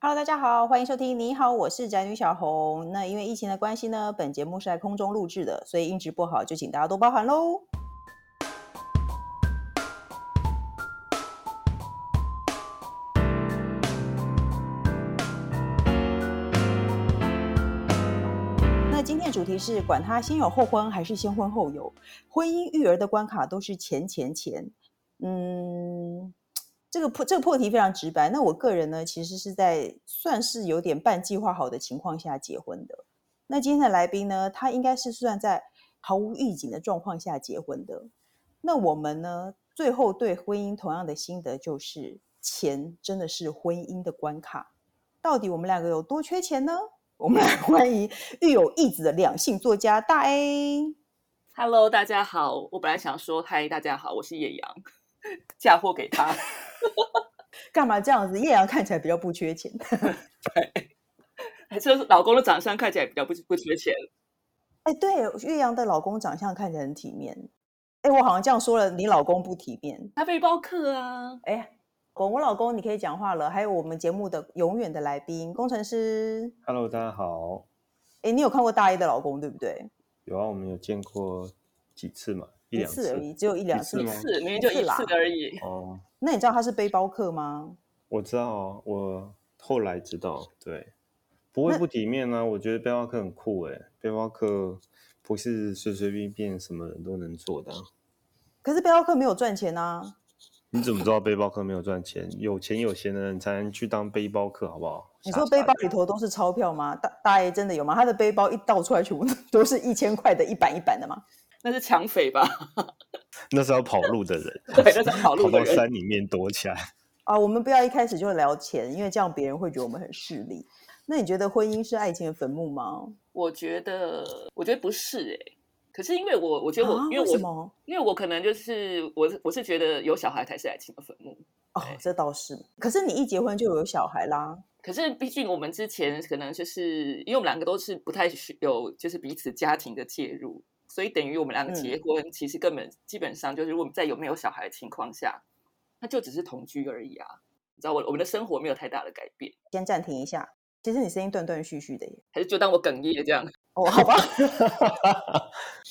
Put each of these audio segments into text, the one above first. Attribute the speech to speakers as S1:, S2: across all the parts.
S1: Hello，大家好，欢迎收听。你好，我是宅女小红。那因为疫情的关系呢，本节目是在空中录制的，所以音质不好，就请大家多包涵喽。那今天的主题是管他先有后婚还是先婚后有，婚姻育儿的关卡都是钱钱钱。嗯，这个破这个破题非常直白。那我个人呢，其实是在算是有点半计划好的情况下结婚的。那今天的来宾呢，他应该是算在毫无预警的状况下结婚的。那我们呢，最后对婚姻同样的心得就是，钱真的是婚姻的关卡。到底我们两个有多缺钱呢？我们来欢迎育有一子的两性作家大 A。
S2: Hello，大家好。我本来想说，嗨，大家好，我是叶阳，嫁祸给他。
S1: 干嘛这样子？叶阳看起来比较不缺钱，
S2: 还是老公的长相看起来比较不不缺钱。
S1: 哎，对，岳阳的老公长相看起来很体面。哎，我好像这样说了，你老公不体面。
S2: 他背包客啊，
S1: 哎，我我老公你可以讲话了。还有我们节目的永远的来宾工程师，
S3: Hello，大家好。
S1: 哎，你有看过大 A 的老公对不对？
S3: 有啊，我们有见过几次嘛，一两
S1: 次而已，只有一两
S3: 一
S1: 次
S3: 次
S2: 一
S3: 吗
S2: 次明明就
S1: 一次
S2: 一
S1: 啦
S2: 次而已。
S3: 哦，
S1: 那你知道他是背包客吗？
S3: 我知道啊，我后来知道，对，不会
S1: 那
S3: 不体面啊。我觉得背包客很酷诶、背包客不是随随便便什么人都能做的啊、
S1: 可是背包客没有赚钱啊。
S3: 你怎么知道背包客没有赚钱？有钱有闲的人才能去当背包客，好不好？
S1: 你
S3: 傻
S1: 说
S3: 傻
S1: 背包
S3: 的
S1: 里头都是钞票吗？大大 A 真的有吗？他的背包一倒出来，全部都是一千块的，一板一板的吗？
S2: 那是抢匪吧？
S3: 那是要跑路的人，
S2: 对，那是跑路
S3: 跑
S2: 的
S3: 到
S2: 人。
S3: 山里面躲起来。
S1: 啊，我们不要一开始就聊钱，因为这样别人会觉得我们很势利。那你觉得婚姻是爱情的坟墓吗？
S2: 我觉得，我觉得不是哎、可是因为我，我觉得我，
S1: 啊、
S2: 因为
S1: 什
S2: 我，
S1: 么？
S2: 因为我可能就是我，我是觉得有小孩才是爱情的坟墓。
S1: 哦，这倒是。可是你一结婚就有小孩啦，
S2: 可是，毕竟我们之前可能就是因为我们两个都是不太需有就是彼此家庭的介入，所以等于我们两个
S1: 嗯
S2: 结婚，其实根本基本上就是如果在有没有小孩的情况下，那就只是同居而已啊。你知道我我们的生活没有太大的改变，
S1: 先暂停一下。其实你声音断断续续的耶。
S2: 还是就当我哽咽这样。
S1: 哦，好吧。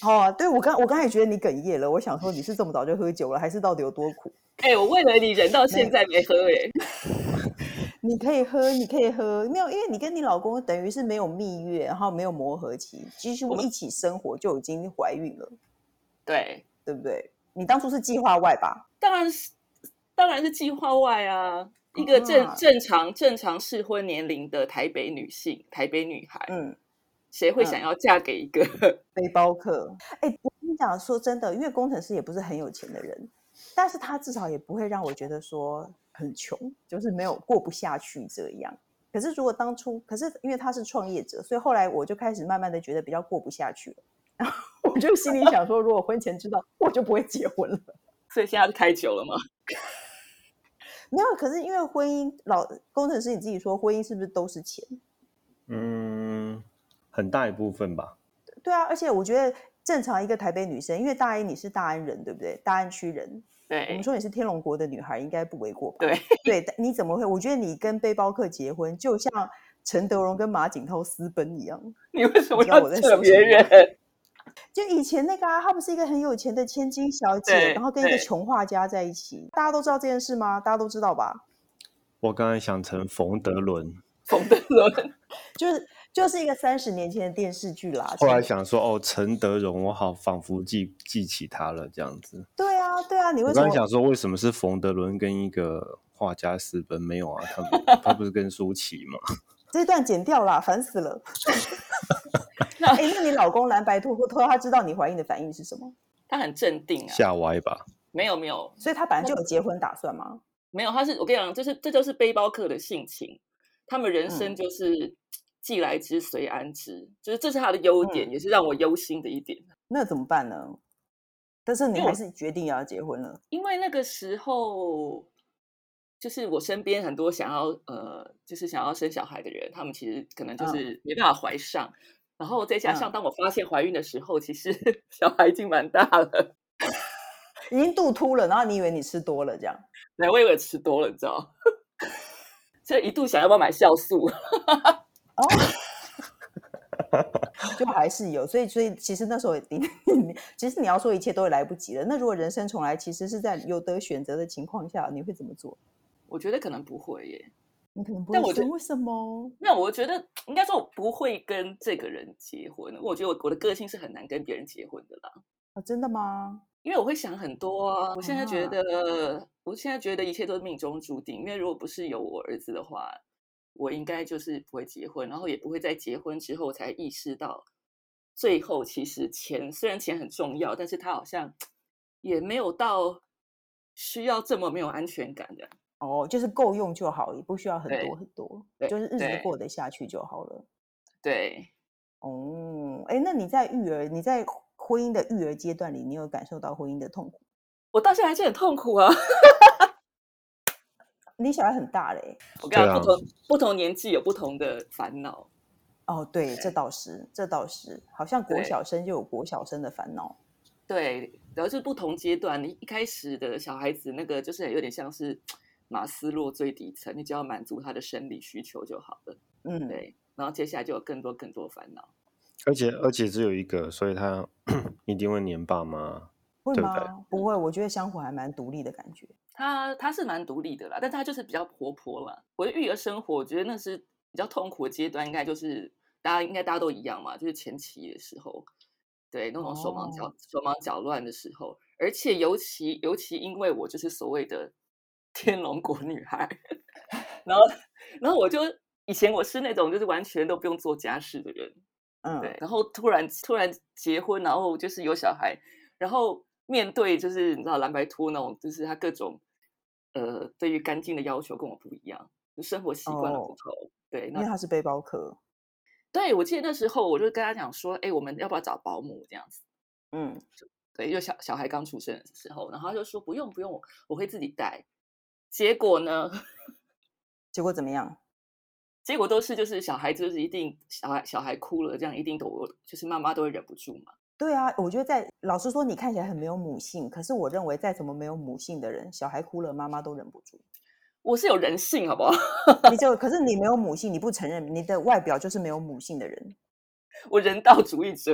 S1: 哦，对我刚我刚才觉得你哽咽了，我想说你是这么早就喝酒了，还是到底有多苦？
S2: 哎、我为了你忍到现在没喝哎、
S1: 你可以喝，你可以喝，没有，因为你跟你老公等于是没有蜜月，然后没有磨合期，几
S2: 我
S1: 乎
S2: 们
S1: 一起生活就已经怀孕了，
S2: 对，
S1: 对不对？你当初是计划外吧？
S2: 当然是当然是计划外啊。一个正
S1: 啊
S2: 正常正常适婚年龄的台北女性、台北女孩，
S1: 嗯，
S2: 谁会
S1: 嗯
S2: 想要嫁给一个
S1: 背包客。哎、我跟你讲，说真的，因为工程师也不是很有钱的人，但是他至少也不会让我觉得说很穷，就是没有过不下去这样。可是如果当初，可是因为他是创业者，所以后来我就开始慢慢的觉得比较过不下去了。 然后我就心里想说，如果婚前知道，我就不会结婚了。
S2: 所以现在是开酒了吗？
S1: 没有，可是因为婚姻，老工程师你自己说，婚姻是不是都是钱？
S3: 嗯，很大一部分吧。
S1: 对啊，而且我觉得正常一个台北女生，因为大 A 你是大安人，对不对？大安区人，我
S2: 对
S1: 们说你是天龙国的女孩，应该不为过吧？
S2: 对，
S1: 对，但你怎么会？我觉得你跟背包客结婚，就像陈德容跟马景涛私奔一样。
S2: 你为什么
S1: 你知道
S2: 要
S1: 我在
S2: 扯
S1: 说
S2: 别
S1: 什么
S2: 人？
S1: 就以前那个啊，她不是一个很有钱的千金小姐，
S2: 对
S1: 然后跟一个
S2: 对
S1: 穷画家在一起，大家都知道这件事吗？大家都知道吧？
S3: 我刚才想成冯德伦，
S2: 冯德伦，
S1: 就是就是一个三十年前的电视剧啦。
S3: 后来
S1: 陈
S3: 想说，哦，陈德容，我好仿佛记记起他了这样子。
S1: 对啊，对啊，你为
S3: 我
S1: 什
S3: 刚才
S1: 么？
S3: 想说，为什么是冯德伦跟一个画家私奔？没有啊，他们他不是跟舒淇吗？
S1: 这段剪掉啦，烦死 了。哎、那你老公蓝白兔偷他知道你怀孕的反应是什么？
S2: 他很镇定啊，
S3: 吓歪吧？
S2: 没有没有
S1: 所以他本来就有结婚打算吗？
S2: 没有，他是我跟你讲，就是这就是背包客的性情，他们人生
S1: 嗯
S2: 就是既来之随安之，就是这是他的优点，也是让我忧心的一点。啊
S1: 那怎么办呢？但是你
S2: 因为
S1: 还
S2: 我
S1: 是决定要结婚了。
S2: 因为那个时候，就是我身边很多想要呃，就是想要生小孩的人，他们其实可能就
S1: 嗯
S2: 是没办法怀上。然后再加
S1: 嗯
S2: 上当我发现怀孕的时候，其实 小孩已经蛮大了，
S1: 已经肚凸了，然后你以为你吃多了这样，
S2: 对，我以为吃多了，你知道。 所以一度想要不要买酵素？
S1: 哦，就还是有，所以所以其实那时候你 你其实你要说一切都来不及了。那如果人生重来，其实是在有得选择的情况下，你会怎么做？
S2: 我觉得可能不会耶。
S1: 你可能不
S2: 但
S1: 会
S2: 我觉
S1: 说
S2: 得
S1: 为什么？
S2: 那我觉得应该说我不会跟这个人结婚，我觉得我我的个性是很难跟别人结婚的啦。
S1: 哦，真的吗？
S2: 因为我会想很多啊。我现在觉
S1: 啊
S2: 得，我现在觉得一切都是命中注定。因为如果不是有我儿子的话，我应该就是不会结婚，然后也不会在结婚之后才意识到，最后其实钱虽然钱很重要，但是他好像也没有到需要这么没有安全感的。
S1: 哦，就是够用就好，也不需要很
S2: 对
S1: 多很多，
S2: 对
S1: 就是日子
S2: 对
S1: 过得下去就好了。
S2: 对，
S1: 哦，哎，那你在育儿，你在婚姻的育儿阶段里，你有感受到婚姻的痛苦？
S2: 我到现在还是很痛苦啊。
S1: 你小孩很大嘞、
S2: 我跟你
S3: 对
S2: 讲，
S3: 啊
S2: 不同不同年纪有不同的烦恼。
S1: 哦，对，这倒是，这倒是，好像国
S2: 对
S1: 小生就有国小生的烦恼。
S2: 对，主要是不同阶段，你一开始的小孩子那个就是有点像是马斯洛最底层，你只要满足他的生理需求就好了。
S1: 嗯，
S2: 对，然后接下来就有更多更多烦恼。
S3: 而且而且只有一个，所以他 一定会黏爸妈。
S1: 会
S3: 对不对
S1: 吗？不会，我觉得相互还蛮独立的感觉。
S2: 他他是蛮独立的啦，但他就是比较活泼啦。我的育儿生活，我觉得那是比较痛苦的阶段，应该就是大家应该大家都一样嘛，就是前期的时候，对那种手忙脚、手忙脚乱的时候，而且尤其尤其因为我就是所谓的 天龙国女孩，然后然后我就以前我是那种就是完全都不用做家事的人，
S1: 嗯，
S2: 对，然后突然突然结婚，然后就是有小孩，然后面对就是你知道蓝白拖那种，就是他各种呃对于干净的要求跟我不一样，就生活习惯了不
S1: 哦
S2: 同。对，
S1: 因为
S2: 那
S1: 他是背包客。
S2: 对我记得那时候我就跟他讲说，哎，我们要不要找保姆这样子？
S1: 嗯，
S2: 对，就小小孩刚出生的时候，然后他就说不用不用，我我会自己带。结果呢，
S1: 结果怎么样？
S2: 结果都是就是小孩子就是一定小孩小孩哭了，这样一定都我就是妈妈都会忍不住嘛。
S1: 对啊，我觉得在老实说，你看起来很没有母性，可是我认为再怎么没有母性的人，小孩哭了，妈妈都忍不住。
S2: 我是有人性，好不好？
S1: 你就可是你没有母性，你不承认你的外表就是没有母性的人。
S2: 我人道主义者，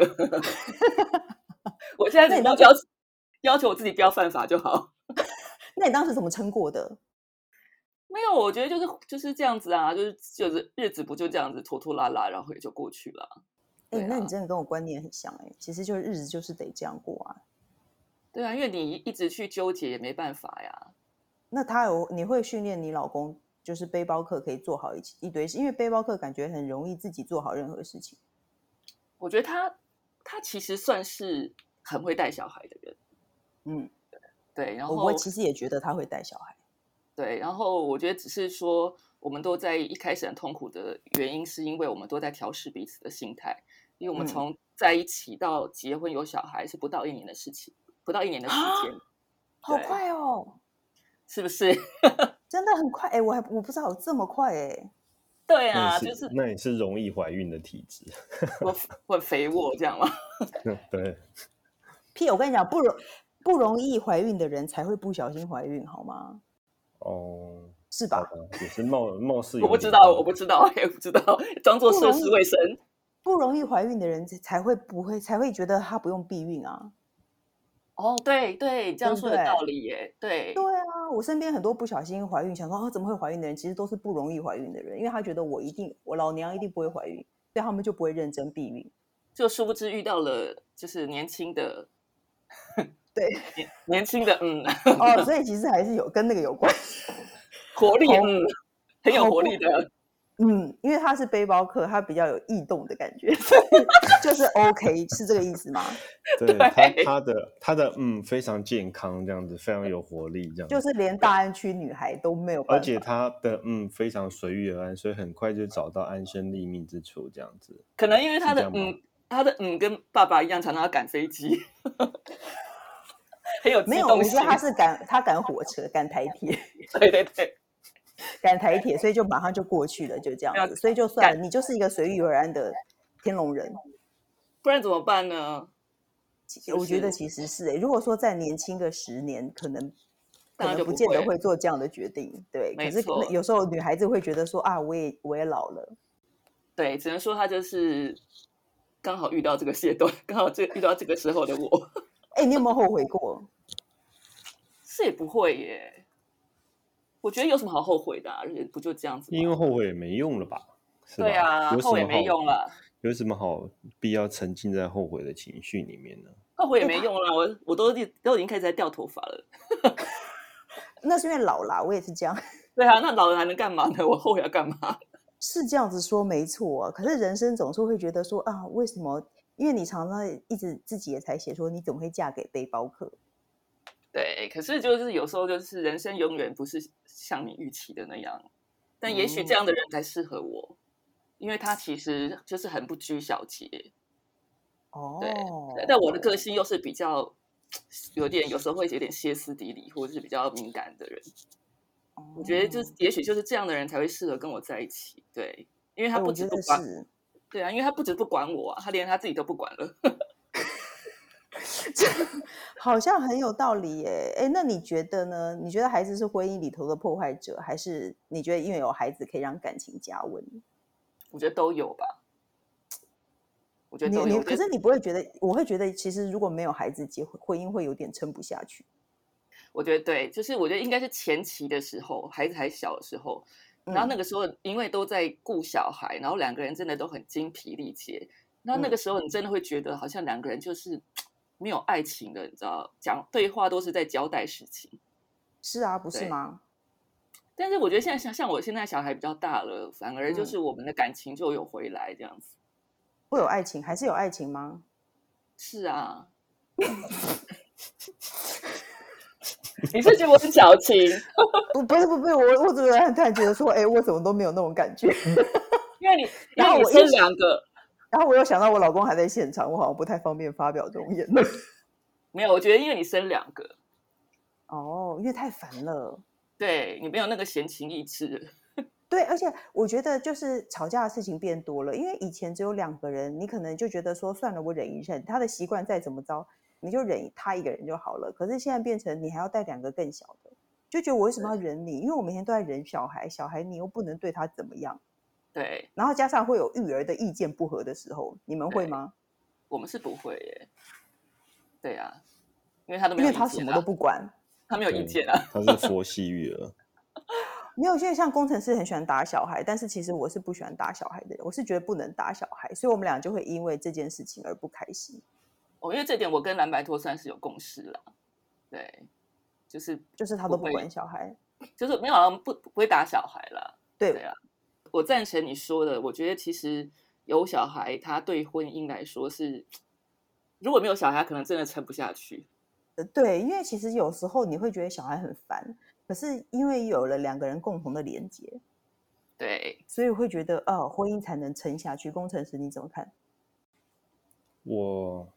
S2: 我现
S1: 那
S2: 在
S1: 你
S2: 只
S1: 当
S2: 要
S1: 初
S2: 要求要求我自己不要犯法就好。
S1: 那你当时怎么撑过的？
S2: 没有，我觉得就是就是这样子啊，就是就是日子不就这样子拖拖拉拉，然后也就过去了。
S1: 哎、
S2: 对
S1: 那你
S2: 啊
S1: 真的跟我观念很像哎、其实就是日子就是得这样过啊。
S2: 对啊，因为你一直去纠结也没办法呀。
S1: 那他有你会训练你老公，就是背包客可以做好一一堆事，因为背包客感觉很容易自己做好任何事情。
S2: 我觉得他他其实算是很会带小孩的人，
S1: 嗯，
S2: 对，然后
S1: 我我其实也觉得他会带小孩。
S2: 对，然后我觉得只是说，我们都在一开始很痛苦的原因，是因为我们都在调试彼此的心态，因为我
S1: 嗯
S2: 们从在一起到结婚有小孩是不到一年的事情，不到一年的时
S1: 啊
S2: 间，
S1: 好
S2: 对
S1: 快哦，
S2: 是不是？
S1: 真的很快哎、我还我不知道有这么快哎、
S2: 对
S3: 那
S2: 啊，
S3: 你、
S2: 就是是
S3: 那你是容易怀孕的体 质。
S2: 我我很肥沃这样嘛。
S3: 对，
S1: 屁！我跟你讲，不容不容易怀孕的人才会不小心怀孕，好吗？
S3: 哦，
S1: 是
S3: 好
S1: 吧
S3: 吧？，也是貌貌似
S2: 我
S3: 有
S2: 不
S3: 点
S2: 知道，
S3: 像
S2: 我不知道，也不知道，装作
S1: 不
S2: 涉
S1: 容易
S2: 世未深。
S1: 不容易怀孕的人才才会不会才会觉得他不用避孕啊。
S2: 哦，对对，你
S1: 对
S2: 这样
S1: 不
S2: 说有
S1: 对
S2: 道理耶，对
S1: 对啊，我身边很多不小心怀孕，想说哦怎么会怀孕的人，其实都是不容易怀孕的人，因为他觉得我一定我老娘一定不会怀孕，所以他们就不会认真避孕。
S2: 就殊不知遇到了就是年轻的
S1: 对
S2: 年年轻的嗯。
S1: 哦，所以其实还是有跟那个有关。
S2: 活力，
S1: 好
S2: 嗯，很有
S1: 好
S2: 活
S1: 不
S2: 力的。
S1: 嗯，因为他是背包客，他比较有异动的感觉，所以就是 OK，是这个意思吗？
S3: 对
S2: 对
S3: 他他的他的嗯非常健康这样子，非常有活力这样子，
S1: 就是连大安区女孩都没有办法。
S2: 呃
S3: 而且他的嗯非常随遇而安，所以很快就找到安身立命之处这样子。
S2: 可能因为他
S3: 是这
S2: 的
S3: 样吗
S2: 嗯，他的嗯跟爸爸一样，常常要赶飞机， 很有
S1: 没
S2: 机
S1: 有，我
S2: 动
S1: 觉
S2: 性
S1: 得。他是赶他赶火车，赶台铁，
S2: 对对对，
S1: 赶台铁，所以就马上就过去了，就这
S2: 要
S1: 样子，所以就算
S2: 赶
S1: 了，你就是一个随遇而安的天龙人。
S2: 不然怎么办呢？
S1: 我觉得
S2: 是
S1: 其实是、欸，如果说再年轻个十年，可能可
S2: 当
S1: 能
S2: 然就
S1: 不
S2: 不
S1: 见得
S2: 会
S1: 会做这样的决定。对，可
S2: 没
S1: 是
S2: 错
S1: 有时候女孩子会觉得说啊，我也我也老了，
S2: 对，只能说他就是刚好遇到这个阶段， 刚好这遇到这个时候的我，
S1: 哎、你有没有后悔过？
S2: 是也不会耶。我觉得有什么好后悔的、啊？人不就这样子吗？
S3: 因为后悔也没用了吧？是
S2: 对
S3: 吧
S2: 啊，
S3: 有什
S2: 后悔
S3: 么
S2: 没
S3: 好
S2: 用了，
S3: 有什么好必要沉浸在后悔的情绪里面呢？
S2: 后悔也没用了。我我都已都已经开始在掉头发了。
S1: 那是因为老啦，我也是这样，
S2: 对啊，那老人还能干嘛呢？我后悔要干嘛？
S1: 是这样子说没错、啊。可是人生总是会觉得说啊，为什么？因为你常常一直自己也才写说，你怎么会嫁给背包客？
S2: 对，可是就是有时候就是人生永远不是像你预期的那样，但也许这样
S1: 嗯
S2: 的人才适合我，因为他其实就是很不拘小节。
S1: 哦，
S2: 对但我的个性又是比较有点，有时候会有点歇斯底里，或者是比较敏感的人。我觉得
S1: 哦
S2: 就是，也许就是这样的人才会适合跟我在一起。对，因为
S1: 哎
S2: 他不
S1: 我
S2: 止
S1: 觉
S2: 不
S1: 得
S2: 管，
S1: 是，
S2: 对啊，因为他不止不管我啊，他连他自己都不管了。
S1: 好像很有道理耶。哎，那你觉得呢？你觉得孩子是婚姻里头的破坏者，还是你觉得因为有孩子可以让感情加温？
S2: 我觉得都有吧，我觉得
S1: 你
S2: 都有。
S1: 你
S2: 我觉
S1: 可
S2: 得
S1: 是你不会觉得，我会觉得其实如果没有孩子，结婚婚姻会有点撑不下去。
S2: 我觉得对，就是我觉得应该是前期的时候，孩子还小的时候，然后那
S1: 嗯
S2: 个时候因为都在顾小孩，然后两个人真的都很精疲力竭。那那
S1: 嗯
S2: 个时候你真的会觉得好像两个人就是没有爱情的，你知道，讲对话都是在交代事情。
S1: 是啊，不是
S2: 对
S1: 吗？
S2: 但是我觉得现在像像我现在小孩比较大了，反而就
S1: 嗯
S2: 是我们的感情就有回来这样子。
S1: 会有爱情，还是有爱情吗？
S2: 是 啊，你是觉得我很矫情？
S1: 不，不是，不，不是，我我怎么突然觉得说，哎、我怎么都没有那种感觉？
S2: 因为你，因
S1: 然后
S2: 为你
S1: 我一
S2: 生两个，
S1: 然后我又想到我老公还在现场，我好像不太方便发表这种言论。
S2: 没有，我觉得因为你生两个，
S1: 哦，因为太烦了。
S2: 对你没有那个闲情逸致，
S1: 对，而且我觉得就是吵架的事情变多了，因为以前只有两个人，你可能就觉得说算了，我忍一忍，他的习惯再怎么着，你就忍他一个人就好了。可是现在变成你还要带两个更小的，就觉得我为什么要忍你？因为我每天都在忍小孩，小孩你又不能对他怎么样，
S2: 对
S1: 然后加上会有育儿的意见不合的时候，你们会
S2: 对
S1: 吗？
S2: 我们是不会耶。对啊，因为他都没
S1: 因
S2: 有
S1: 为他
S2: 意见、啊，
S1: 什么都不管，
S2: 他没有意
S3: 对
S2: 见啊。
S3: 他是佛系育儿，
S1: 没有，因为像工程师很喜欢打小孩，但是其实我是不喜欢打小孩的人，我是觉得不能打小孩，所以我们俩就会因为这件事情而不开心，
S2: 哦，因为这点我跟蓝白托算是有共识了。对，就是
S1: 就是他
S2: 不
S1: 都不
S2: 会
S1: 管小孩。
S2: 就是没有啊不不会打小孩啦。
S1: 对，
S2: 对啊我赞成你说的，我觉得其实有小孩，他对婚姻来说是，如果没有小孩，可能真的撑不下去。
S1: 呃对，因为其实有时候你会觉得小孩很烦，可是因为有了两个人共同的连接，
S2: 对，
S1: 所以会觉得哦，婚姻才能撑下去。工程师你怎么看？
S3: 我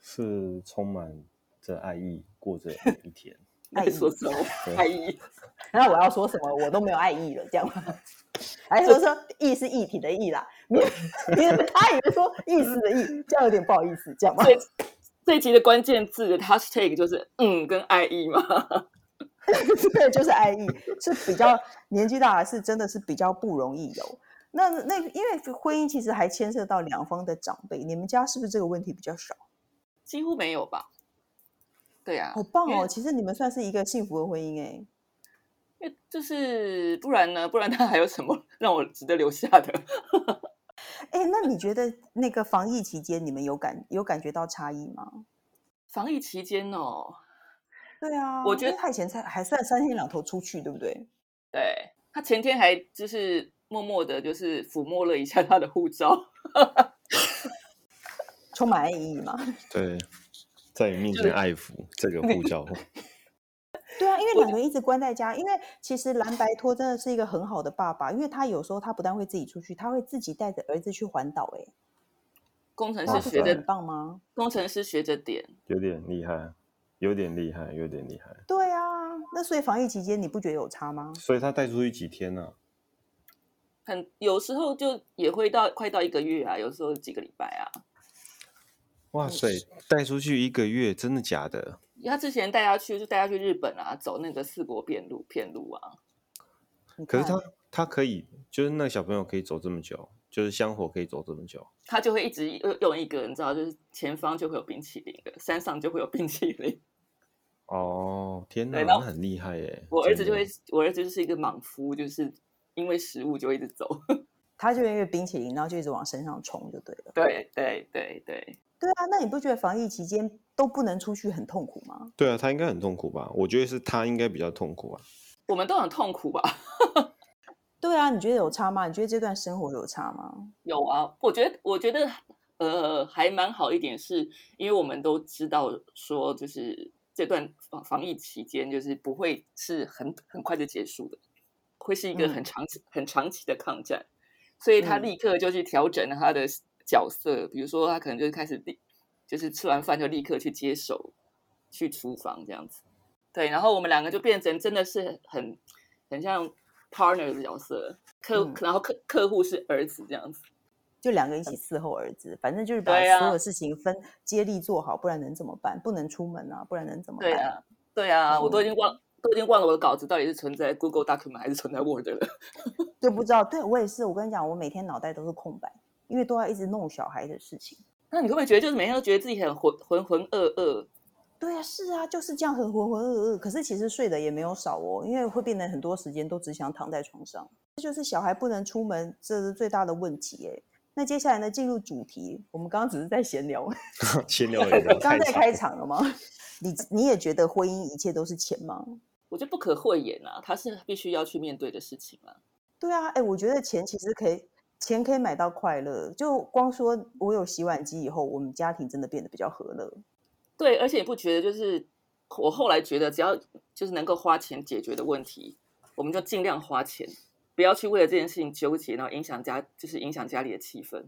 S3: 是充满着爱意过着每 一天。
S1: 爱
S2: 在说
S1: 意
S2: 什么？
S3: 对
S2: 爱意。
S1: 然后我要说什么，我都没有爱意了，这样吗？ 还是说说意是一体的意啦？你 你怎么他以为说意思的意，这样有点不好意思，这样吗？
S2: 所以这一集的关键字的 hashtag 就是嗯跟爱意嘛。
S1: 对，就是爱意，是比较年纪大了，是真的是比较不容易有。那那因为婚姻其实还牵涉到两方的长辈，你们家是不是这个问题比较少？
S2: 几乎没有吧？对啊呀、
S1: 好棒
S2: 因为
S1: 哦！其实你们算是一个幸福的婚姻哎。
S2: 因为就是不然呢，不然他还有什么 让我值得留下的？
S1: 哎，那你觉得那个防疫期间你们有感有感觉到差异吗？
S2: 防疫期间哦，
S1: 对啊，
S2: 我觉
S1: 因为
S2: 得
S1: 他以前才还算三天两头出去，对不对？
S2: 对他前天还就是默默的，就是抚摸了一下他的护照，
S1: 充满爱意 嘛。
S3: 对，在你面前爱抚这个护照，
S1: 对啊，因为两个人一直关在家，因为其实蓝白托真的是一个很好的爸爸，因为他有时候他不但会自己出去，他会自己带着儿子去环岛，哎，
S2: 工程
S1: 那
S2: 师
S1: 不是
S2: 学
S3: 对
S1: 很
S2: 着
S1: 棒吗？
S2: 工程师学着点，
S3: 有点厉害，有点厉害，有点厉害。
S1: 对啊，那所以防疫期间你不觉得有差吗？
S3: 所以他带出去几天呢、
S2: 很有时候就也会到快到一个月啊，有时候几个礼拜啊，嗯
S3: 哇塞，带出去一个月，真的假的？
S2: 他之前带他去就带他去日本啊，走那个四国遍路片路啊，
S1: 你
S3: 可是
S1: 看
S3: 他他可以，就是那个小朋友可以走这么久，就是香火可以走这么久。
S2: 他就会一直用用一个你知道，就是前方就会有冰淇淋的，山上就会有冰淇淋。
S3: 哦，天哪，
S2: 对然
S3: 那
S2: 后
S3: 很厉害耶！
S2: 我儿子就
S3: 真的
S2: 会，我儿子就是一个莽夫，就是因为食物就会一直走。
S1: 他就因为冰淇淋，然后就一直往身上冲，就对了。
S2: 对对对对，
S1: 对啊，那你不觉得防疫期间都不能出去很痛苦吗？
S3: 对啊，他应该很痛苦吧？我觉得是他应该比较痛苦啊。
S2: 我们都很痛苦吧？
S1: 对啊，你觉得有差吗？你觉得这段生活有差吗？
S2: 有啊，我觉得，我觉得，呃，还蛮好一点是，因为我们都知道说，就是这段防防疫期间，就是不会是很很快就结束的，会是一个
S1: 嗯
S2: 很长期、很长期的抗战，所以他
S1: 嗯
S2: 立刻就去调整他的角色，比如说他可能就是开始立，就是吃完饭就立刻去接手，去厨房这样子。对，然后我们两个就变成真的是很很像 partner 的角色，客、
S1: 嗯
S2: 然后客客户是儿子这样子。
S1: 就两个一起伺候儿子，反正就是把
S2: 对啊
S1: 所有事情分接力做好，不然能怎么办？不能出门啊，不然能怎么办？
S2: 对啊，对啊，我都
S1: 嗯
S2: 已经忘，都已经忘了我的稿子到底是存在 Google Document 还是存在 Word 了。
S1: 就不知道。对我也是，我跟你讲，我每天脑袋都是空白，因为都要一直弄小孩的事情。
S2: 那你会不会觉得，就是每天都觉得自己很浑浑浑噩噩？
S1: 对啊，是啊，就是这样很浑浑噩噩。可是其实睡的也没有少哦，因为会变得很多时间都只想躺在床上。这就是小孩不能出门，这是最大的问题哎。那接下来呢，进入主题，我们刚刚只是在闲聊，
S3: 闲聊也聊
S1: 刚
S3: 太
S1: 在
S3: 长
S1: 开，场了吗？你你也觉得婚姻一切都是钱吗？
S2: 我觉得不可讳言啊，它是必须要去面对的事情啊。
S1: 对啊，哎，我觉得钱其实可以，钱可以买到快乐。就光说我有洗碗机以后，我们家庭真的变得比较和乐。
S2: 对，而且你不觉得就是我后来觉得，只要就是能够花钱解决的问题，我们就尽量花钱，不要去为了这件事情纠结，然后影响家，就是影响家里的气氛。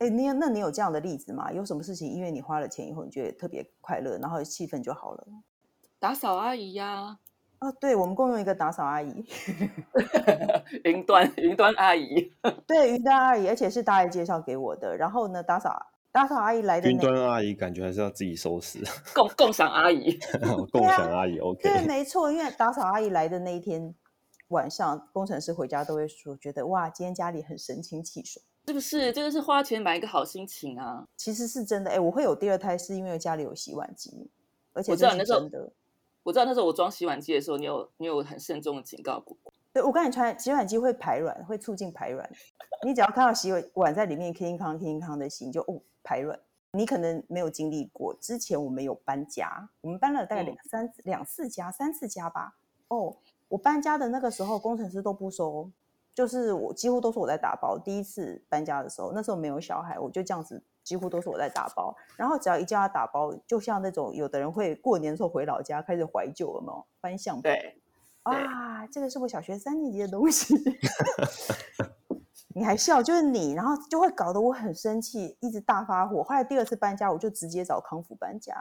S1: 哎，你有那你有这样的例子吗？有什么事情因为你花了钱以后，你觉得特别快乐，然后气氛就好了？
S2: 打扫阿姨呀、
S1: 啊，对，我们共用一个打扫阿姨，
S2: 云端云端阿姨，
S1: 对，云端阿姨，而且是大爷介绍给我的。然后呢，打扫打扫阿姨来的
S3: 云
S1: 那，
S3: 端阿姨感觉还是要自己收拾，
S2: 共共享阿姨。
S3: 共享阿姨 OK。
S1: 对，没错，因为打扫阿姨来的那一天晚上，工程师回家都会说，觉得哇，今天家里很神清气爽。
S2: 是不是？这就是花钱买一个好心情啊！
S1: 其实是真的，哎，我会有第二胎是因为家里有洗碗机，而且
S2: 我知
S1: 这
S2: 道
S1: 是
S2: 你那时候
S1: 真的。
S2: 我知道那时候我装洗碗机的时候，你有你有很慎重的警告过，
S1: 对我刚才穿洗碗机会排卵，会促进排卵。你只要看到洗碗在里面 king 康 king 康的洗，你就哦排卵。你可能没有经历过，之前我们有搬家，我们搬了大概两三、两次家、三次家吧。哦，我搬家的那个时候，工程师都不收，就是我几乎都是我在打包。第一次搬家的时候，那时候没有小孩，我就这样子，几乎都是我在打包。然后只要一叫他打包，就像那种有的人会过年的时候回老家开始怀旧，有没有翻相簿？
S2: 对，对
S1: 啊，这个是我小学三年级的东西， 你还笑，就是你，然后就会搞得我很生气，一直大发火。后来第二次搬家，我就直接找康复搬家，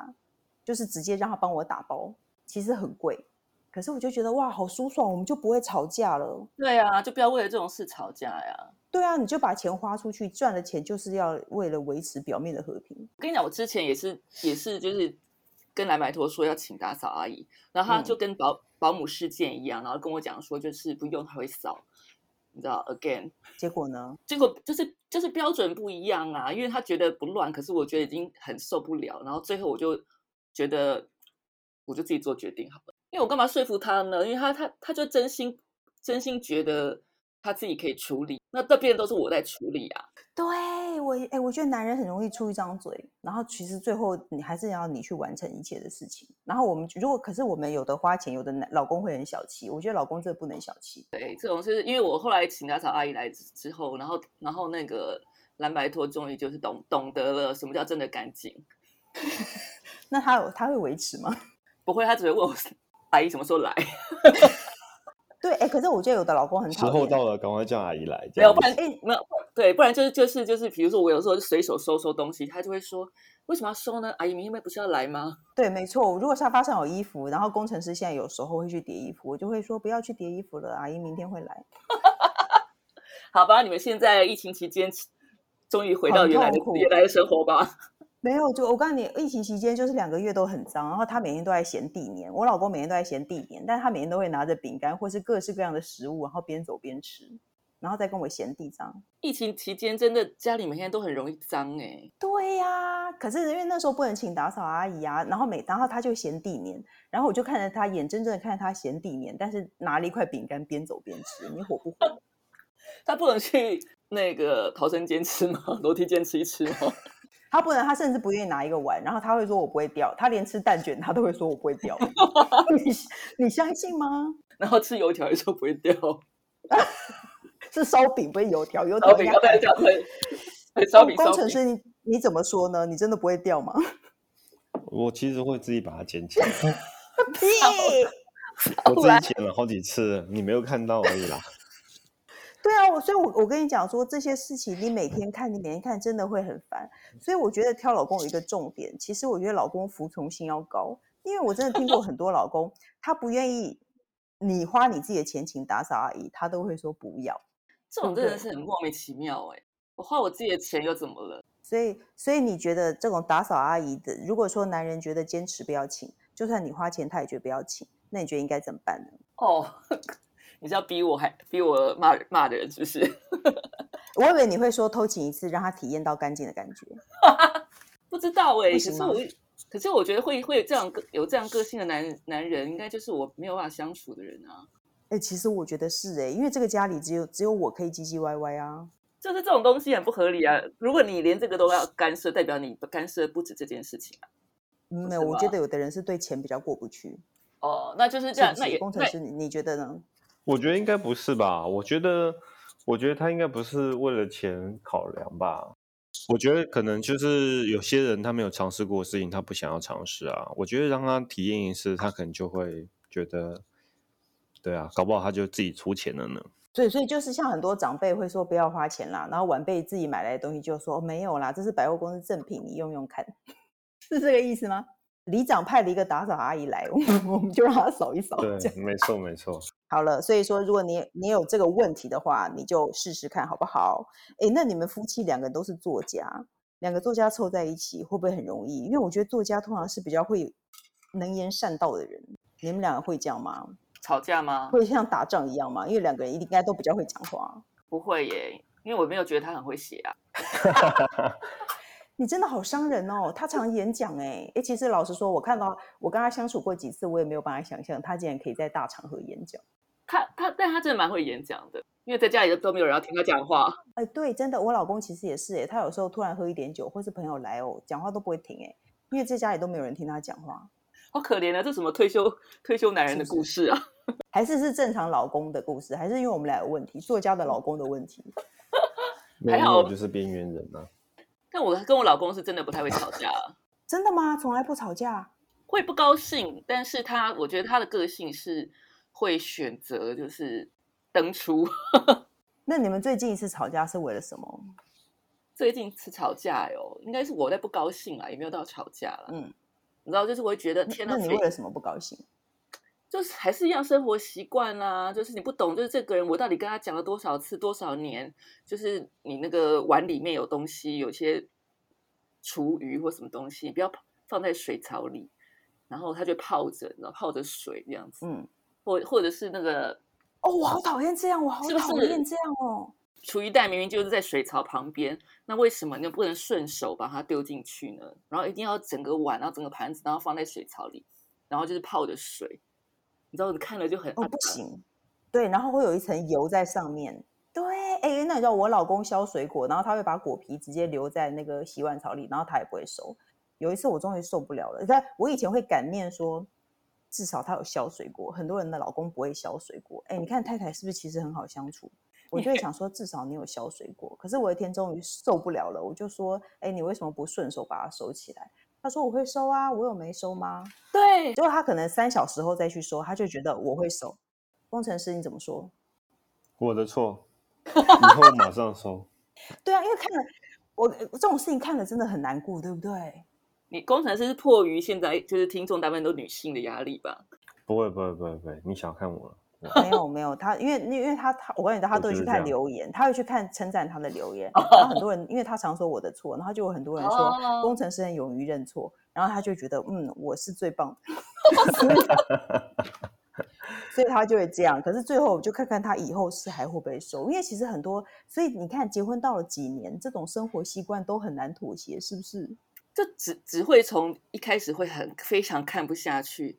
S1: 就是直接让他帮我打包，其实很贵，可是我就觉得哇，好舒爽，我们就不会吵架了。
S2: 对啊，就不要为了这种事吵架呀！
S1: 对啊，你就把钱花出去，赚的钱就是要为了维持表面的和平。
S2: 我跟你讲，我之前也是也是就是跟蓝白托说要请打扫阿姨，然后他
S1: 嗯
S2: 就跟保、保姆事件一样，然后跟我讲说就是不用他会扫，你知道，again，
S1: 结果呢，
S2: 结果就是就是标准不一样啊，因为他觉得不乱，可是我觉得已经很受不了，然后最后我就觉得我就自己做决定好了，因为我干嘛说服他呢？因为他他他就真心真心觉得他自己可以处理，那这边都是我在处理啊，
S1: 对我也，哎、我觉得男人很容易出一张嘴，然后其实最后你还是要你去完成一切的事情。然后我们如果可是我们有的花钱，有的男老公会很小气，我觉得老公这不能小气。
S2: 对，这种是因为我后来请打扫阿姨来之之后，然后然后那个蓝白托终于就是懂懂得了什么叫真的干净，
S1: 那他有他会维持吗？
S2: 不会他只会问我阿姨什么时候来，
S1: 对，哎、可是我觉得有的老公很
S3: 时
S1: 讨
S3: 候
S1: 厌。哎
S3: 到了，赶快叫阿姨来。这
S2: 没有，
S3: 样
S2: 不
S3: 子
S2: 然没有，对，不然就是就是就是，比如说我有时候就随手收收东西，他就会说为什么要收呢？阿姨明天不是要来吗？
S1: 对，没错。如果沙发上有衣服，然后工程师现在有时候会去叠衣服，我就会说不要去叠衣服了，阿姨明天会来。
S2: 好吧，你们现在疫情期间终于回到
S1: 很
S2: 原来的
S1: 痛苦
S2: 原来的生活吧。
S1: 没有，就我告诉你，疫情期间就是两个月都很脏，然后他每天都在嫌地黏，我老公每天都在嫌地黏，但他每天都会拿着饼干或是各式各样的食物，然后边走边吃，然后再跟我嫌地脏。
S2: 疫情期间真的家里每天都很容易脏哎、
S1: 对呀、可是因为那时候不能请打扫阿姨啊，然后每然后他就嫌地黏，然后我就看着他眼睁睁的看着他嫌地黏，但是拿了一块饼干边走边吃，你火不火？
S2: 他不能去那个逃生间吃吗？ 楼梯间吃一吃吗？
S1: 他不能，他甚至不愿意拿一个碗，然后他会说我不会掉，他连吃蛋卷他都会说我不会掉，你你相信吗？
S2: 然后吃油条也说不会掉，
S1: 是烧饼不是油条，油条
S2: 烧饼
S1: 应
S2: 要不
S1: 该
S2: 要掉？对，对烧饼烧
S1: 工程
S2: 饼。
S1: 师你你怎么说呢？你真的不会掉 吗？
S3: 我其实会自己把它捡 起来，
S1: 屁！
S3: 我自己捡了好几次了，你没有看到而已啦。
S1: 对啊，我所以我，我跟你讲说这些事情，你每天看，你每天看，真的会很烦。所以我觉得挑老公有一个重点，其实我觉得老公服从性要高，因为我真的听过很多老公，他不愿意你花你自己的钱请打扫阿姨，他都会说不要。
S2: 这
S1: 对
S2: 种
S1: 不
S2: 真的
S1: 对
S2: 是很莫名其妙哎、我花我自己的钱又怎么了？
S1: 所以，所以你觉得这种打扫阿姨的，如果说男人觉得坚持不要请，就算你花钱他也觉得不要请，那你觉得应该怎么办呢？
S2: 哦， 你是要逼我还逼我骂人骂人是不是？
S1: 我以为你会说偷请一次，让他体验到干净的感觉。
S2: 不知道哎、
S1: 不
S2: 可
S1: 行
S2: 是
S1: 吗
S2: 我，可是我觉得会会有这样个有这样个性的男男人，应该就是我没有办法相处的人啊。
S1: 哎、其实我觉得是哎、因为这个家里只有只有我可以唧唧歪歪啊。
S2: 就是这种东西很不合理啊！如果你连这个都要干涉，代表你干涉不止这件事情啊。
S1: 嗯
S2: 不
S1: 没有，
S2: 是
S1: 我觉
S2: 吗
S1: 得有的人是对钱比较过不去，
S2: 哦，那就是这
S1: 是
S2: 样
S1: 不，
S2: 那
S1: 是？
S2: 也
S1: 工程
S2: 那
S1: 师，你你觉得呢？
S3: 我觉得应该不是吧？我觉得，我觉得他应该不是为了钱考量吧。我觉得可能就是有些人他没有尝试过的事情，他不想要尝试啊。我觉得让他体验一次，他可能就会觉得，对啊，搞不好他就自己出钱了呢。
S1: 所以，所以就是像很多长辈会说不要花钱啦，然后晚辈自己买来的东西就说、哦没有啦，这是百货公司赠品，你用用看，是这个意思吗？里长派了一个打扫阿姨来，我们我们就让她扫一
S2: 哦
S1: 扫，这
S3: 对
S1: 样，
S3: 没错，没错。
S1: 好了。所以说，如果你你有这个问题的话，你就试试看好不好？诶，那你们夫妻两个都是作家，两个作家凑在一起会不会很容易？因为我觉得作家通常是比较会能言善道的人，你们两个会这样吗？
S2: 吵架吗？
S1: 会像打仗一样吗？因为两个人应该都比较会讲话。
S2: 不会耶，因为我没有觉得他很会写啊。
S1: 你真的好伤人哦！他常演讲哎、欸、其实老实说，我看到我跟他相处过几次，我也没有办法想象他竟然可以在大场合演讲。
S2: 他他，但他真的蛮会演讲的，因为在家里都没有人要听他讲话。
S1: 哎，对，真的，我老公其实也是哎、他有时候突然喝一点酒，或是朋友来哦，讲话都不会停哎、因为在家里都没有人听他讲话，
S2: 好可怜啊！这什么退休退休男人的故事啊？
S1: 还是是正常老公的故事，还是因为我们俩有问题，作家的老公的问题。
S3: 没
S2: 还好
S3: 有，就是边缘人啊。
S2: 但我跟我老公是真的不太会吵架，
S1: 真的吗？从来不吵架？
S2: 会不高兴，但是他我觉得他的个性是会选择就是登出。
S1: 那你们最近一次吵架是为了什么？
S2: 最近是吵架哟、应该是我在不高兴啦，也没有到吵架了。
S1: 嗯，
S2: 你知道，就是我会觉得
S1: 那
S2: 天
S1: 那
S2: 哪，
S1: 你
S2: 谁
S1: 为了什么不高兴？
S2: 就是还是一样生活习惯啦，就是你不懂，就是这个人我到底跟他讲了多少次多少年，就是你那个碗里面有东西，有些厨余或什么东西，你不要放在水槽里，然后它就泡着，然后泡着水这样子，
S1: 嗯，
S2: 或或者是那个
S1: 哦，我好讨厌这样，我好
S2: 是不
S1: 讨
S2: 是
S1: 厌这样哦。
S2: 厨余袋明明就是在水槽旁边，那为什么你不能顺手把它丢进去呢？然后一定要整个碗，然啊后整个盘子，然后放在水槽里，然后就是泡着水，你知道，你看了就很啊
S1: 哦，不行，对，然后会有一层油在上面。对，哎，那你知道我老公削水果，然后他会把果皮直接留在那个洗碗槽里，然后他也不会收。有一次我终于受不了了，但我以前会感念说，至少他有削水果，很多人的老公不会削水果。哎，你看太太是不是其实很好相处？我就会想说，至少你有削水果。可是我有一天终于受不了了，我就说，哎，你为什么不顺手把它收起来？他说我会收啊，我有没收吗？
S2: 对，
S1: 结果他可能三小时后再去收，他就觉得我会收。工程师你怎么说？
S3: 我 的错，以后马上收。
S1: 对啊，因为看 了我呃这种事情看了真的很难过，对不对？
S2: 你工程师是迫于现在就是听众大部分都女性的压力吧？
S3: 不会，不会，不会，不会，你小看我了。
S1: 没 有没有，他因为因为他他，我跟你说，他
S3: 就
S1: 都会
S3: 是
S1: 去
S3: 这
S1: 看
S3: 样
S1: 留言，他会去看称赞他的留言。然后很多人，因为他常说我的错，然后就有很多人说
S2: 哦
S1: 工程师很勇于认错，然后他就觉得嗯我是最棒的， 所以他就会这样。可是最后我就看看他以后是还会不会收，因为其实很多，所以你看结婚到了几年，这种生活习惯都很难妥协，是不是？
S3: 嗯
S2: 就只只会从一开始会很非常看不下去，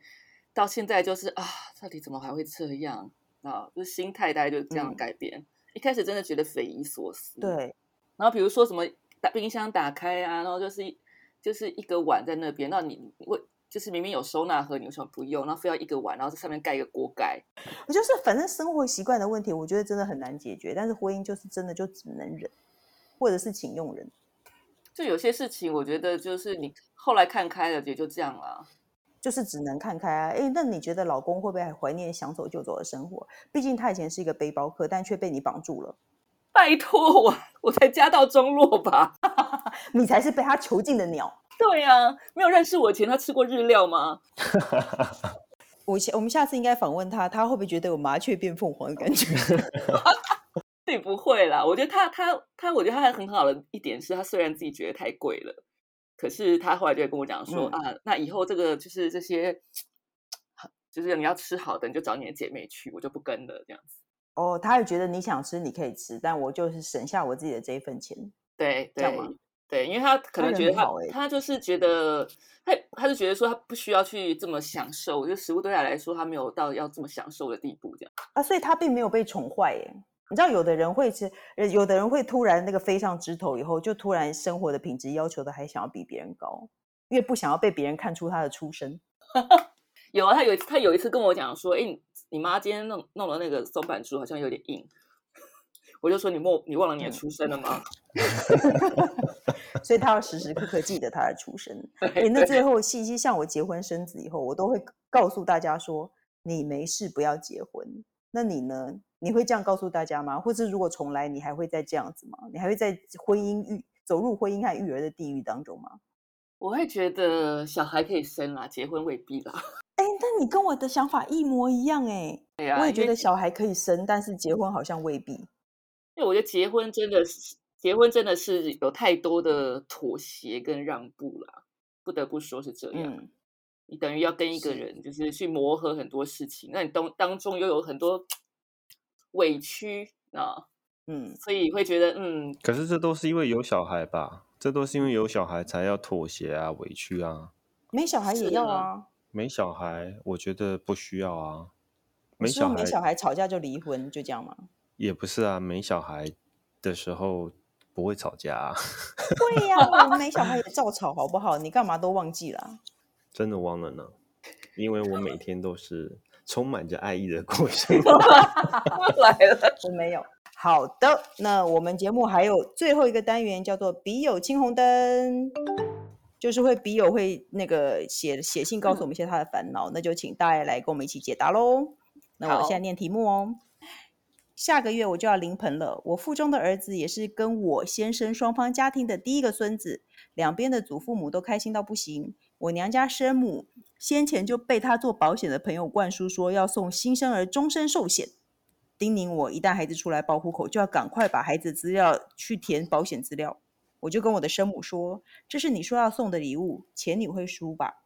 S2: 到现在就是啊，到底怎么还会这样啊？就是心态大概就这样
S1: 嗯
S2: 改变。一开始真的觉得匪夷所思，。
S1: 对，
S2: 然后比如说什么打冰箱打开啊，然后就是一就是一个碗在那边，那你为就是明明有收纳盒，你为什么不用？然后非要一个碗，然后在上面盖一个锅盖，
S1: 我就是反正生活习惯的问题，我觉得真的很难解决。但是婚姻就是真的就只能忍，或者是请用人。
S2: 就有些事情，我觉得就是你后来看开了，也就这样啦。
S1: 就是只能看开啊。诶，那你觉得老公会不会还怀念想走就走的生活？毕竟他以前是一个背包客，但却被你绑住了，
S2: 拜托我，我才家道中落吧？
S1: 你才是被他囚禁的鸟。
S2: 对呀、没有认识我前，他吃过日料吗？
S1: 我下我们下次应该访问他，他会不会觉得有麻雀变凤凰的感觉？
S2: 自己不会啦。我觉得他他他，我觉得他很好的一点是，他虽然自己觉得太贵了，可是他后来就会跟我讲
S1: 嗯
S2: 说、啊，那以后这个就是这些，就是你要吃好的，你就找你的姐妹去，我就不跟了这样子。
S1: 哦，他会觉得你想吃你可以吃，但我就是省下我自己的这一份钱。
S2: 对
S1: 这样
S2: 对
S1: 吗
S2: 对，因为他
S1: 他
S2: 可能
S1: 人
S2: 觉得
S1: 很
S2: 他
S1: 好欸
S2: 他就是觉得他他就觉得说他不需要去这么享受，我觉得食物对他来说，他没有到要这么享受的地步这样。
S1: 啊，所以他并没有被宠坏耶。你知道，有的人会是，呃有的人会突然那个飞上枝头以后，就突然生活的品质要求的还想要比别人高，因为不想要被别人看出他的出身。
S2: 有啊，他有一次他有一次跟我讲说，哎、你你妈今天弄弄了那个松板猪，好像有点硬。我就说你忘你忘了你
S1: 嗯
S2: 的出身了吗？
S1: 所以他要时时刻刻记得他的出身。
S2: 对
S1: 哎，那最后西西像我结婚生子以后，我都会告诉大家说，你没事不要结婚。那你呢？你会这样告诉大家吗？或是如果重来，你还会再这样子吗？你还会在婚姻育走入婚姻和育儿的地狱当中吗？
S2: 我会觉得小孩可以生啦，结婚未必啦。
S1: 哎，那你跟我的想法一模一样哎、
S2: 对啊，
S1: 我也
S2: 因
S1: 觉
S2: 为
S1: 得，小孩可以生，但是结婚好像未必。
S2: 因为我觉得结婚真的是结婚真的是有太多的妥协跟让步啦，不得不说是这样。
S1: 嗯，
S2: 你等于要跟一个
S1: 是
S2: 人就是去磨合很多事情，那你当当中又有很多委屈啊，
S1: 嗯，
S2: 所以会觉得嗯，
S3: 可是这都是因为有小孩吧？这都是因为有小孩才要妥协啊、委屈啊。
S1: 没小孩也
S2: 是
S1: 要
S2: 啊
S1: 啊。
S3: 没小孩，我觉得不需要啊。
S1: 你
S3: 没
S1: 是说
S3: 小
S1: 没
S3: 孩
S1: 小孩吵架就离婚，就这样吗？
S3: 也不是啊，没小孩的时候不会吵架、啊，
S1: 对 呀、我们没小孩也照吵好不好？你干嘛都忘记了啊、
S3: 真的忘了呢。因为我每天都是充满着爱意的过生活。
S2: 来了，
S1: 我没有。好的，那我们节目还有最后一个单元叫做“笔友青红灯”，就是会笔友会那个写写信告诉我们一些他的烦恼，那就请大爱来跟我们一起解答喽。那我
S2: 好
S1: 现在念题目哦。下个月我就要临盆了，我腹中的儿子也是跟我先生双方家庭的第一个孙子，两边的祖父母都开心到不行。我娘家生母先前就被她做保险的朋友灌输说要送新生儿终身寿险，叮咛我一旦孩子出来报户口，就要赶快把孩子的资料去填保险资料。我就跟我的生母说：“这是你说要送的礼物，钱你会输吧？”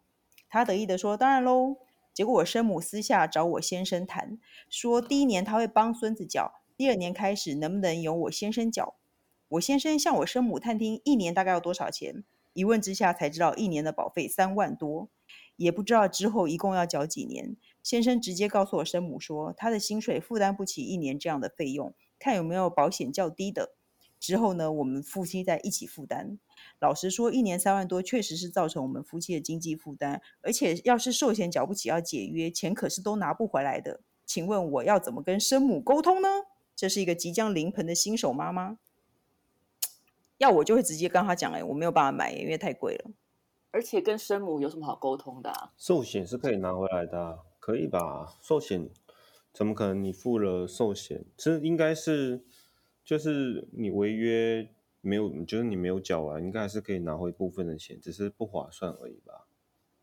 S1: 她得意地说：“当然喽。”结果我生母私下找我先生谈，说第一年他会帮孙子缴，第二年开始能不能由我先生缴？我先生向我生母探听一年大概要多少钱，一问之下才知道一年的保费三万多，也不知道之后一共要缴几年。先生直接告诉我生母说，他的薪水负担不起一年这样的费用，看有没有保险较低的。之后呢，我们夫妻再一起负担。老实说，一年三万多确实是造成我们夫妻的经济负担，而且要是寿险缴不起要解约，钱可是都拿不回来的。请问我要怎么跟生母沟通呢？这是一个即将临盆的新手妈妈，要我就会直接跟她讲，哎，我没有办法买，因为太贵了。
S2: 而且跟生母有什么好沟通的、啊？
S3: 寿险是可以拿回来的、啊，可以吧？寿险怎么可能你付了寿险？这应该是就是你违约没有，就是你没有缴完，应该还是可以拿回部分的钱，只是不划算而已吧？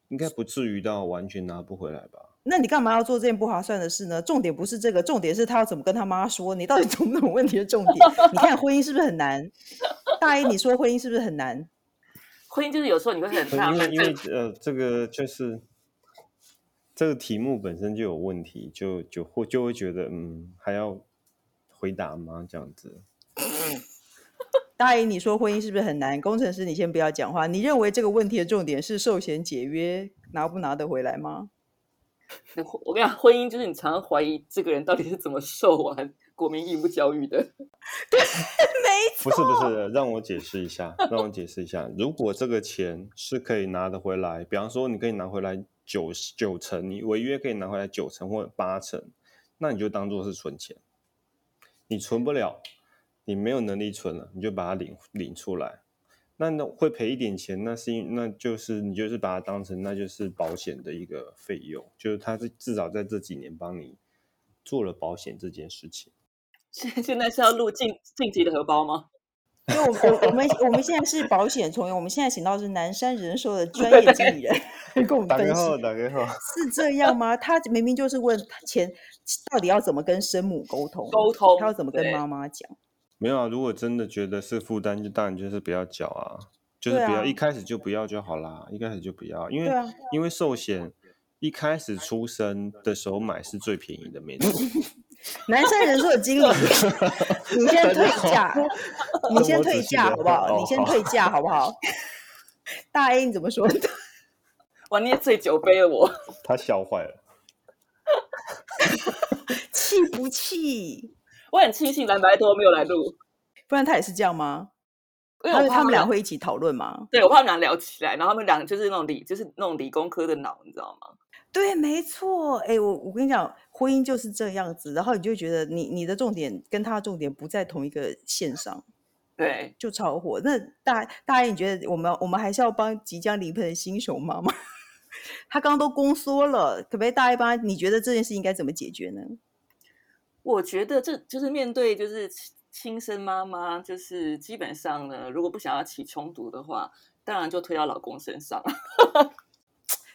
S3: 应该不至于到完全拿不回来吧？
S1: 那你干嘛要做这件不划算的事呢？重点不是这个，重点是他要怎么跟他妈说。你到底懂不懂问题的重点？你看婚姻是不是很难？大一你说婚姻是不是很难？
S2: 婚姻就是有时候你会很纳
S3: 因为
S2: 闷，
S3: 因为呃，这个就是这个题目本身就有问题，就就会就会觉得嗯，还要回答吗？这样子，
S1: 大一你说婚姻是不是很难？工程师你先不要讲话。你认为这个问题的重点是寿险解约拿不拿得回来吗？
S2: 你婚我跟你讲，婚姻就是你常常怀疑这个人到底是怎么受完国民义务教育的。
S3: 不是不是，让我解释一下，让我解释一下。如果这个钱是可以拿得回来，比方说你可以拿回来九十九成，你违约可以拿回来九成或者八成，那你就当做是存钱。你存不了，你没有能力存了，你就把它领领出来。那那会赔一点钱，那是因那就是你就是把它当成那就是保险的一个费用，就是它是至少在这几年帮你做了保险这件事情。
S2: 现现在是要录晋晋级的荷包吗？
S1: 因为我们我我们我们现在是保险从业，我们现在请到是南山人寿的专业经理人来跟我们
S3: 打
S1: 分
S3: 开
S1: 析
S3: 后，打开后。
S1: 是这样吗？他明明就是问钱到底要怎么跟生母沟通，
S2: 沟通
S1: 他要怎么跟
S2: 对
S1: 妈妈讲？
S3: 没有啊，如果真的觉得是负担，就当然就是不要缴啊，就是
S1: 对
S3: 不要、
S1: 啊
S3: 一开始就不要就好啦，一开始就不要，因为、
S1: 对啊
S3: 因为寿险一开始出生的时候买是最便宜的，没错。
S1: 南山人寿的经理，你先退价，你先退价好不好？你先退价好不好？ 大 A 你怎么说？
S2: 哇，你也醉酒杯了我。
S3: 他笑坏 了，
S1: 气不气？
S2: 我很庆幸蓝白多没有来录，
S1: 不然他也是这样吗？
S2: 因为
S1: 他
S2: 我怕
S1: 他们俩
S2: 会。
S1: 会一起讨论吗？
S2: 对，我怕他们俩聊起来，然后他们俩就是那种理，就是那种理工科的脑，你知道吗？
S1: 对，没错。哎，我我跟你讲，婚姻就是这样子，然后你就觉得你你的重点跟他的重点不在同一个线上。
S2: 对，
S1: 就超火。那大大爷，你觉得我们我们还是要帮即将离婚的新手妈妈？ 她刚刚都宫缩了，可不可以大爷帮她？你觉得这件事应该怎么解决呢？
S2: 我觉得这就是面对就是亲亲生妈妈，就是基本上呢，如果不想要起冲突的话，当然就推到老公身上。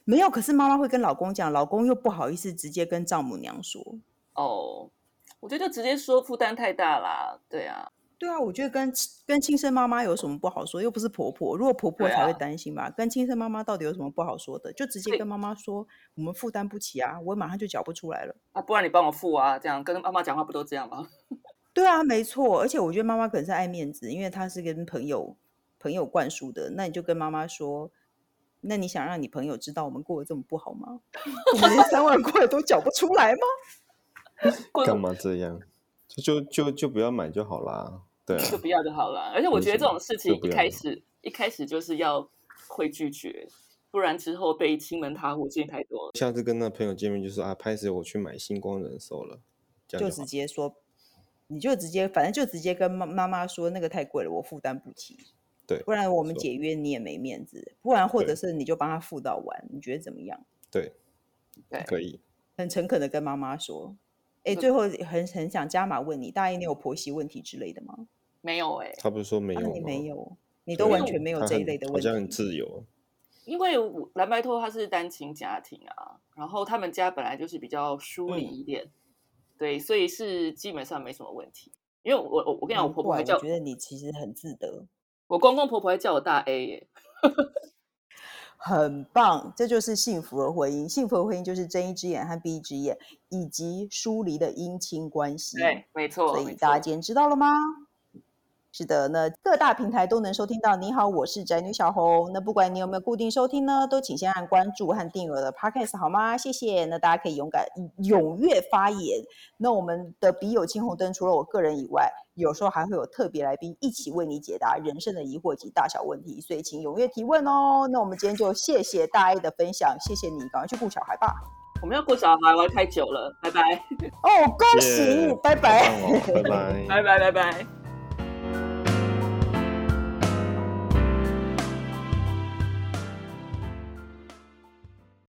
S1: 没有，可是妈妈会跟老公讲，老公又不好意思直接跟丈母娘说。
S2: 哦，我觉得就直接说负担太大啦，对啊，
S1: 对啊，我觉得跟跟亲生妈妈有什么不好说？又不是婆婆，如果婆婆
S2: 对
S1: 才会
S2: 啊
S1: 担心吧。跟亲生妈妈到底有什么不好说的？就直接
S2: 对
S1: 跟妈妈说，我们负担不起啊，我马上就缴不出来了。
S2: 啊，不然你帮我付啊，这样跟妈妈讲话不都这样吗？
S1: 对啊，没错，而且我觉得妈妈可能是爱面子，因为她是跟朋友朋友灌输的，那你就跟妈妈说，那你想让你朋友知道我们过得这么不好吗？ 我们连三万块都缴不出来吗？
S2: 过
S3: 干嘛这样？就就就就不要买就好啦。对啊，
S2: 就不要就好了。而且我
S3: 没
S2: 觉得
S3: 什
S2: 这种
S3: 么
S2: 事
S3: 就
S2: 情
S3: 不
S2: 一
S3: 要
S2: 开
S3: 了
S2: 始一开始就是要会拒绝，不然之后被亲门踏户见太多了。
S3: 下次跟那朋友见面就是啊，拍死我去买星光人寿了，这样
S1: 就
S3: 就好
S1: 直接说，你就直接，反正就直接跟妈妈妈说，那个太贵了，我负担不起。
S3: 对
S1: 不然我们
S3: 错
S1: 解约你也没面子，不然或者
S3: 对
S1: 是你就帮他付到完，你觉得怎么样？
S3: 对
S2: 对
S3: 可以。
S1: 很诚恳的跟妈妈说。哎，
S2: 那
S1: 最后很很想加码问你，大一你有婆媳问题之类的吗？
S2: 没有哎、
S3: 他不是说没
S1: 啊，
S3: 有吗？
S1: 你没有，你都
S3: 对，
S1: 完
S2: 有
S1: 全没有
S3: 他
S1: 这一
S3: 很
S1: 类的
S3: 好
S1: 问
S3: 像很
S1: 题。
S3: 自由。
S2: 因为我蓝白托他是单亲家庭啊，然后他们家本来就是比较疏
S3: 嗯
S2: 离一点，对，所以是基本上没什么问题。因为我我我跟你讲，我
S1: 难
S2: 婆婆
S1: 怪
S2: 还叫
S1: 我觉得你其实很自得，
S2: 我公公婆婆还叫我大 A 欸耶，
S1: 很棒，这就是幸福的婚姻。幸福的婚姻就是睁一只眼和闭一只眼，以及疏离的姻亲关系。
S2: 对，，没错，
S1: 嗯所
S2: 没
S1: 以大家
S2: 错
S1: 今天知道了吗？是的，那各大平台都能收听到。你好，我是宅女小红。那不管你有没有固定收听呢，都请先按关注和订阅我的 podcast 好吗？谢谢。那大家可以勇敢踊跃发言。那我们的笔友青红灯，除了我个人以外，有时候还会有特别来宾一起为你解答人生的疑惑及大小问题，所以请踊跃提问哦。那我们今天就谢谢大 A 的分享，谢谢你，赶快去顾小孩吧。
S2: 我们要过小孩，我要开酒了，拜拜，
S1: 哦，恭喜
S3: 耶
S1: 你，拜拜。
S3: 好棒哦拜拜，
S2: 拜拜，拜拜。